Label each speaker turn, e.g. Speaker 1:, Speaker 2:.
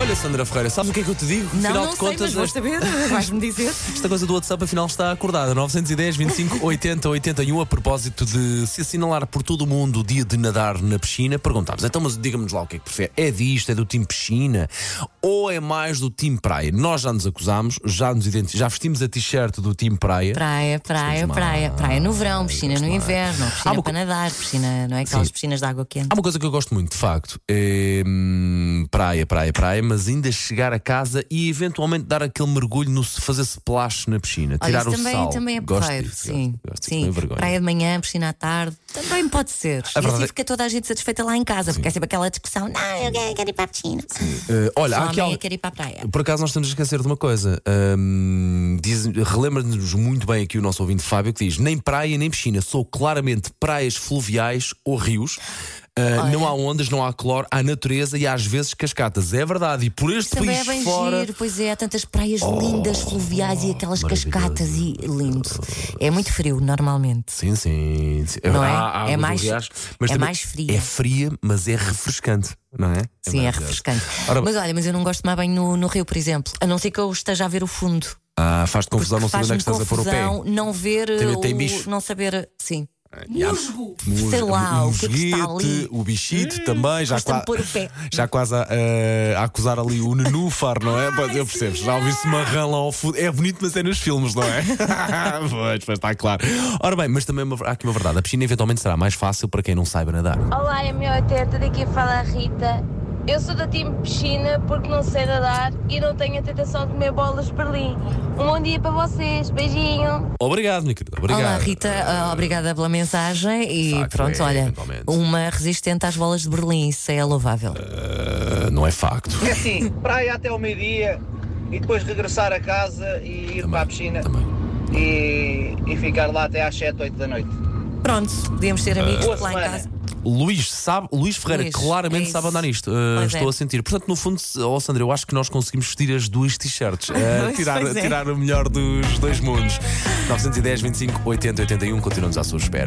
Speaker 1: Olha, Sandra Ferreira, sabes o que é que eu te digo?
Speaker 2: Não,
Speaker 1: afinal
Speaker 2: não
Speaker 1: de
Speaker 2: sei,
Speaker 1: contas,
Speaker 2: mas vou
Speaker 1: esta,
Speaker 2: saber, vais-me dizer.
Speaker 1: esta coisa do WhatsApp afinal está acordada. 910, 25, 80, 81. A propósito de se assinalar por todo o mundo o dia de nadar na piscina, perguntámos. Então, mas diga-nos lá o que é que prefere. É disto, é do time piscina ou é mais do time praia? Nós já nos acusámos, já nos identi- já vestimos a t-shirt do time praia.
Speaker 2: Praia, praia,
Speaker 1: Estamos
Speaker 2: praia.
Speaker 1: mal,
Speaker 2: Praia no verão, piscina no
Speaker 1: estamos mal.
Speaker 2: inverno,
Speaker 1: Há
Speaker 2: piscina
Speaker 1: Ah, uma
Speaker 2: para
Speaker 1: co-
Speaker 2: nadar, piscina, não é? Aquelas
Speaker 1: Sim.
Speaker 2: piscinas de água quente.
Speaker 1: Há uma coisa que eu gosto muito, de facto. É, hum, praia, praia, praia, mas ainda chegar a casa e eventualmente dar aquele mergulho no fazer splash na piscina,
Speaker 2: Olha,
Speaker 1: Ah, tirar
Speaker 2: isso
Speaker 1: o
Speaker 2: também,
Speaker 1: sal.
Speaker 2: também é
Speaker 1: gosto
Speaker 2: porreiro,
Speaker 1: disso,
Speaker 2: sim.
Speaker 1: Gosto, gosto disso,
Speaker 2: sim.
Speaker 1: tenho vergonha.
Speaker 2: Praia de manhã, piscina à tarde, também pode ser. e
Speaker 1: verdade
Speaker 2: assim
Speaker 1: é-
Speaker 2: fica toda a gente satisfeita lá em casa, porque é sempre aquela discussão: não, eu quero, quero ir para a piscina.
Speaker 1: Eh, olha,
Speaker 2: Só
Speaker 1: há
Speaker 2: a
Speaker 1: aqui
Speaker 2: mãe
Speaker 1: algo.
Speaker 2: quer ir para a praia.
Speaker 1: Por acaso nós estamos a esquecer de uma coisa. Hum, diz- Relembra-nos muito bem aqui o nosso ouvinte Fábio que diz: nem praia nem piscina, sou claramente praias fluviais ou rios. Ah, não há ondas, não há cloro, há natureza e às vezes cascatas. É verdade. E por este
Speaker 2: Também
Speaker 1: país
Speaker 2: é bem
Speaker 1: fora. Oh,
Speaker 2: giro, pois é, há tantas praias lindas, fluviais e aquelas cascatas e lindo. É muito frio, normalmente.
Speaker 1: Sim, sim. sim.
Speaker 2: Não é?
Speaker 1: Há- há
Speaker 2: É
Speaker 1: águas
Speaker 2: mais-
Speaker 1: fluviais,
Speaker 2: é
Speaker 1: também
Speaker 2: mais fria.
Speaker 1: É fria, mas é refrescante, não é?
Speaker 2: Sim, é
Speaker 1: maravilhoso.
Speaker 2: refrescante.
Speaker 1: Ora,
Speaker 2: mas olha, mas eu não gosto de tomar banho no, no rio, por exemplo. A não ser que eu esteja a ver o fundo.
Speaker 1: ah, faz-te confusão, não sei onde é
Speaker 2: Faz-me
Speaker 1: que estás a pôr o pé.
Speaker 2: confusão não ver eh,
Speaker 1: Tem- tem
Speaker 2: o-
Speaker 1: bicho? Ah,
Speaker 2: não saber, sim.
Speaker 1: Musgo.
Speaker 2: Sei lá, o que é que está ali? Hum,
Speaker 1: O bichito também, já,
Speaker 2: custa-me
Speaker 1: qua-
Speaker 2: pôr o pé.
Speaker 1: já quase a, eh, a- a acusar ali o nenúfar, não é? Pois eu percebo, já ouvi-se uma rã lá ao fundo. É bonito, mas é nos filmes, não é? pois, pois está claro. Ora bem, mas também é uma- há aqui uma verdade: a piscina eventualmente será mais fácil para quem não saiba nadar.
Speaker 3: Olá, é meu atenta, daqui fala a Rita. Eu sou da time piscina porque não sei nadar e não tenho a tentação de comer bolas de Berlim. Um bom dia para vocês, beijinho.
Speaker 1: Obrigado, minha querida. Obrigado.
Speaker 2: Olá, Rita, ah, obrigada pela mensagem e
Speaker 1: Facto,
Speaker 2: pronto,
Speaker 1: é,
Speaker 2: olha,
Speaker 1: eventualmente.
Speaker 2: uma resistente às bolas de Berlim, isso é louvável.
Speaker 1: Ah, não é facto.
Speaker 4: É assim, praia até ao meio-dia e depois regressar a casa e ir para a piscina
Speaker 1: Também.
Speaker 4: e, e ficar lá até às 7, 8 da noite.
Speaker 2: Pronto, podíamos ser amigos
Speaker 4: Boa
Speaker 2: lá em
Speaker 4: semana.
Speaker 2: casa.
Speaker 1: Luís, sabe, Luís Ferreira
Speaker 2: Luís, é
Speaker 1: claramente
Speaker 2: isso.
Speaker 1: sabe andar nisto. Uh,
Speaker 2: Pois
Speaker 1: estou
Speaker 2: é.
Speaker 1: a sentir. Portanto, no fundo, se- oh Sandra, eu acho que nós conseguimos vestir as duas t-shirts. Uh,
Speaker 2: Pois,
Speaker 1: tirar,
Speaker 2: pois é.
Speaker 1: um tirar o melhor dos dois mundos. 910, 25, 80, 81. Continuamos à sua espera.